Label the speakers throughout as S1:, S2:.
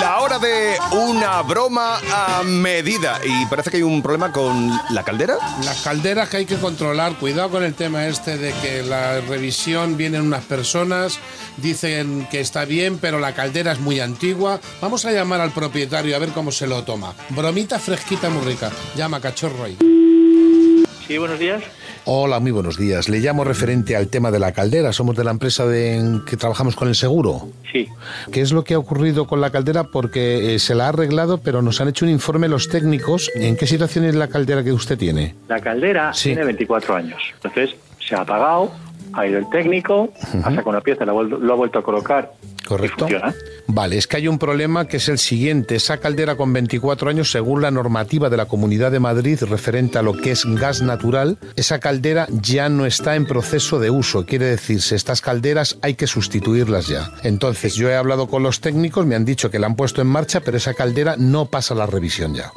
S1: la hora de una broma a medida. Y parece que hay un problema con la caldera.
S2: Las calderas que hay que controlar, cuidado con el tema este de que la revisión vienen unas personas, dicen que está bien, pero la caldera es muy antigua. Vamos a llamar al propietario a ver cómo se lo toma. Bromita fresquita muy rica. Llama cachorro ahí.
S3: Sí, buenos días.
S4: Hola, muy buenos días. Le llamo referente al tema de la caldera. Somos de la empresa de, en que trabajamos con el seguro.
S3: Sí.
S4: ¿Qué es lo que ha ocurrido con la caldera? Porque eh, se la ha arreglado, pero nos han hecho un informe los técnicos. ¿En qué situación es la caldera que usted tiene?
S3: La caldera
S4: Sí.
S3: tiene 24 años. Entonces, se ha apagado, ha ido el técnico, ha sacado una pieza, la ha vuel- lo ha vuelto a colocar. y
S4: ¿Correcto?
S3: funciona.
S4: Vale, es que hay un problema que es el siguiente. Esa caldera con 24 años, según la normativa de la Comunidad de Madrid referente a lo que es gas natural, esa caldera ya no está en proceso de uso. Quiere decirse, estas calderas hay que sustituirlas ya. Entonces, yo he hablado con los técnicos, me han dicho que la han puesto en marcha, pero esa caldera no pasa la revisión ya.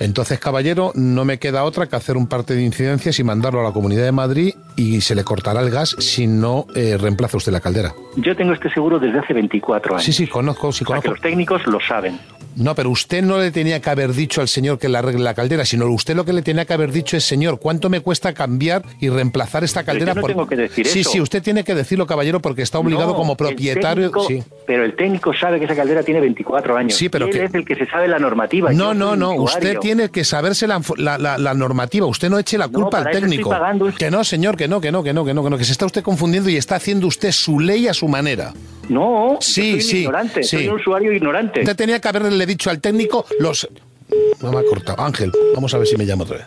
S4: Entonces, caballero, no me queda otra que hacer un parte de incidencias y mandarlo a la Comunidad de Madrid y se le cortará el gas si no eh, reemplaza usted la caldera.
S3: Yo tengo este seguro desde hace 24 años.
S4: Sí, sí, conozco, sí,
S3: O sea, que
S4: conozco.
S3: los técnicos lo saben.
S4: No, pero usted no le tenía que haber dicho al señor que le arregle la caldera, sino usted lo que le tenía que haber dicho es, señor, ¿cuánto me cuesta cambiar y reemplazar esta
S3: Pero yo
S4: caldera?
S3: no tengo que decir
S4: sí,
S3: eso.
S4: sí, usted tiene que decirlo, caballero, porque está obligado
S3: No,
S4: como
S3: el
S4: propietario.
S3: técnico-
S4: sí.
S3: Pero el técnico sabe que esa caldera tiene 24 años.
S4: Sí, pero
S3: Y él
S4: que-
S3: es el que se sabe la normativa.
S4: No,
S3: Yo soy
S4: no,
S3: un
S4: no. Usted
S3: usuario.
S4: tiene que saberse la, la- la- la normativa. Usted no eche la
S3: No,
S4: culpa
S3: para
S4: al
S3: eso estoy
S4: técnico.
S3: pagando.
S4: Que no, señor, que no, que no, que no, que no, que no, que se está usted confundiendo y está haciendo usted su ley a su manera.
S3: No,
S4: Sí,
S3: yo soy un
S4: sí,
S3: ignorante.
S4: sí.
S3: Soy un usuario ignorante.
S4: Usted tenía que haberle dicho al técnico los. No me ha cortado. Ángel, vamos a ver si me llama otra vez.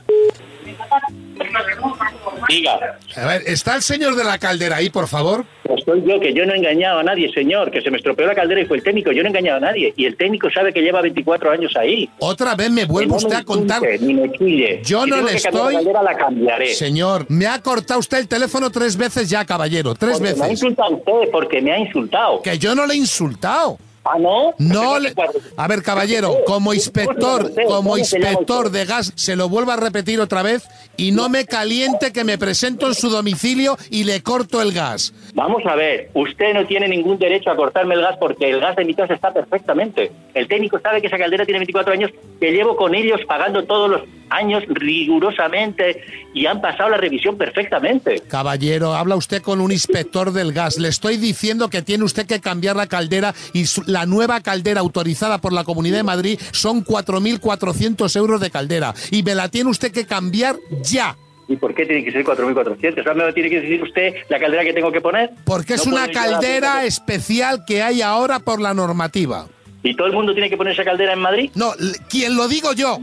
S3: Diga,
S2: A ver, ¿está el señor de la caldera ahí, por favor?
S3: pues soy yo, que yo no he engañado a nadie, señor, que se me estropeó la caldera y fue el técnico. Yo no he engañado a nadie. Y el técnico sabe que lleva 24 años ahí.
S2: Otra vez me vuelve
S3: Pues No
S2: usted
S3: me
S2: a contar.
S3: insulte, ni me chille.
S2: Yo
S3: Si
S2: no
S3: tengo
S2: le
S3: que cambiar
S2: estoy-
S3: La caldera la cambiaré.
S2: Señor, me ha cortado usted el teléfono tres veces ya, caballero. Tres
S3: Porque Me ha
S2: veces.
S3: insultado usted porque me ha insultado.
S2: Que yo no le he insultado.
S3: Ah, no.
S2: No
S3: Porque
S2: le...
S3: cuando-
S2: A ver, caballero, como inspector, como inspector de gas, se lo vuelvo a repetir otra vez y no me caliente que me presento en su domicilio y le corto el gas.
S3: Vamos a ver, usted no tiene ningún derecho a cortarme el gas porque el gas de mi casa está perfectamente. El técnico sabe que esa caldera tiene 24 años, que llevo con ellos pagando todos los años rigurosamente y han pasado la revisión perfectamente.
S2: Caballero, habla usted con un inspector del gas. Le estoy diciendo que tiene usted que cambiar la caldera y su- la nueva caldera autorizada por la Comunidad de Madrid son 4.400 euros de caldera y me la tiene usted que cambiar ya.
S3: ¿Y por qué tiene que ser 4.400? ¿O sea, me lo tiene que decir usted la caldera que tengo que poner?
S2: Porque es
S3: No
S2: una
S3: puedo llegar a
S2: caldera
S3: hacer-
S2: especial que hay ahora por la normativa.
S3: ¿Y todo el mundo tiene que poner esa caldera en Madrid?
S2: No, l- quien lo digo yo.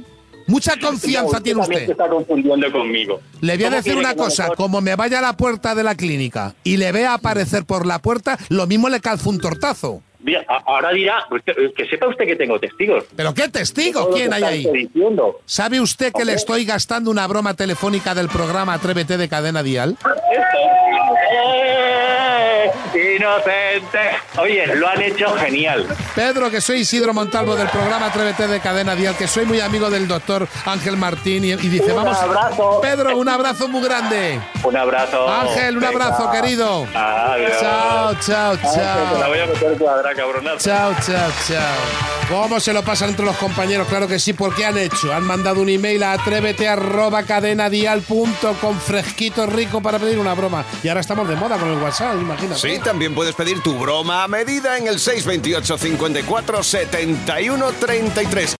S2: Mucha confianza
S3: No,
S2: tiene
S3: también
S2: usted.
S3: se está confundiendo conmigo.
S2: Le voy a
S3: ¿Cómo
S2: decir
S3: quiere
S2: una
S3: que no me
S2: cosa,
S3: corte?
S2: como me vaya a la puerta de la clínica y le vea aparecer por la puerta, lo mismo le calzo un tortazo.
S3: Mira, a- Ahora dirá, usted- que sepa usted que tengo testigos.
S2: Pero qué
S3: Todo
S2: testigo,
S3: lo
S2: ¿quién
S3: que
S2: hay
S3: está usted
S2: ahí?
S3: diciendo.
S2: ¿Sabe usted que le
S3: Hombre.
S2: estoy gastando una broma telefónica del programa Atrévete de Cadena Dial?
S3: ¡Eh! Inocente. Oye, lo han hecho genial.
S2: Pedro, que soy Isidro Montalvo del programa Atrévete de Cadena Dial, que soy muy amigo del doctor Ángel Martín y, y dice,
S3: Un
S2: vamos...
S3: abrazo.
S2: Pedro, un abrazo muy grande.
S3: Un abrazo.
S2: Ángel, un
S3: Venga.
S2: abrazo, querido.
S3: Adiós.
S2: Chao, chao,
S3: Ángel, te la
S2: chao.
S3: voy a meter cuadra, cabronazo.
S2: Chao, chao, chao. ¿Cómo se lo pasan entre los compañeros? Claro que sí, porque han hecho. Han mandado un email a atrévete arroba cadenadial.com fresquito rico para pedir una broma. Y ahora estamos de moda con el WhatsApp, imagínate.
S1: Sí, también puedes pedir tu broma a medida en el 628 54 71 33.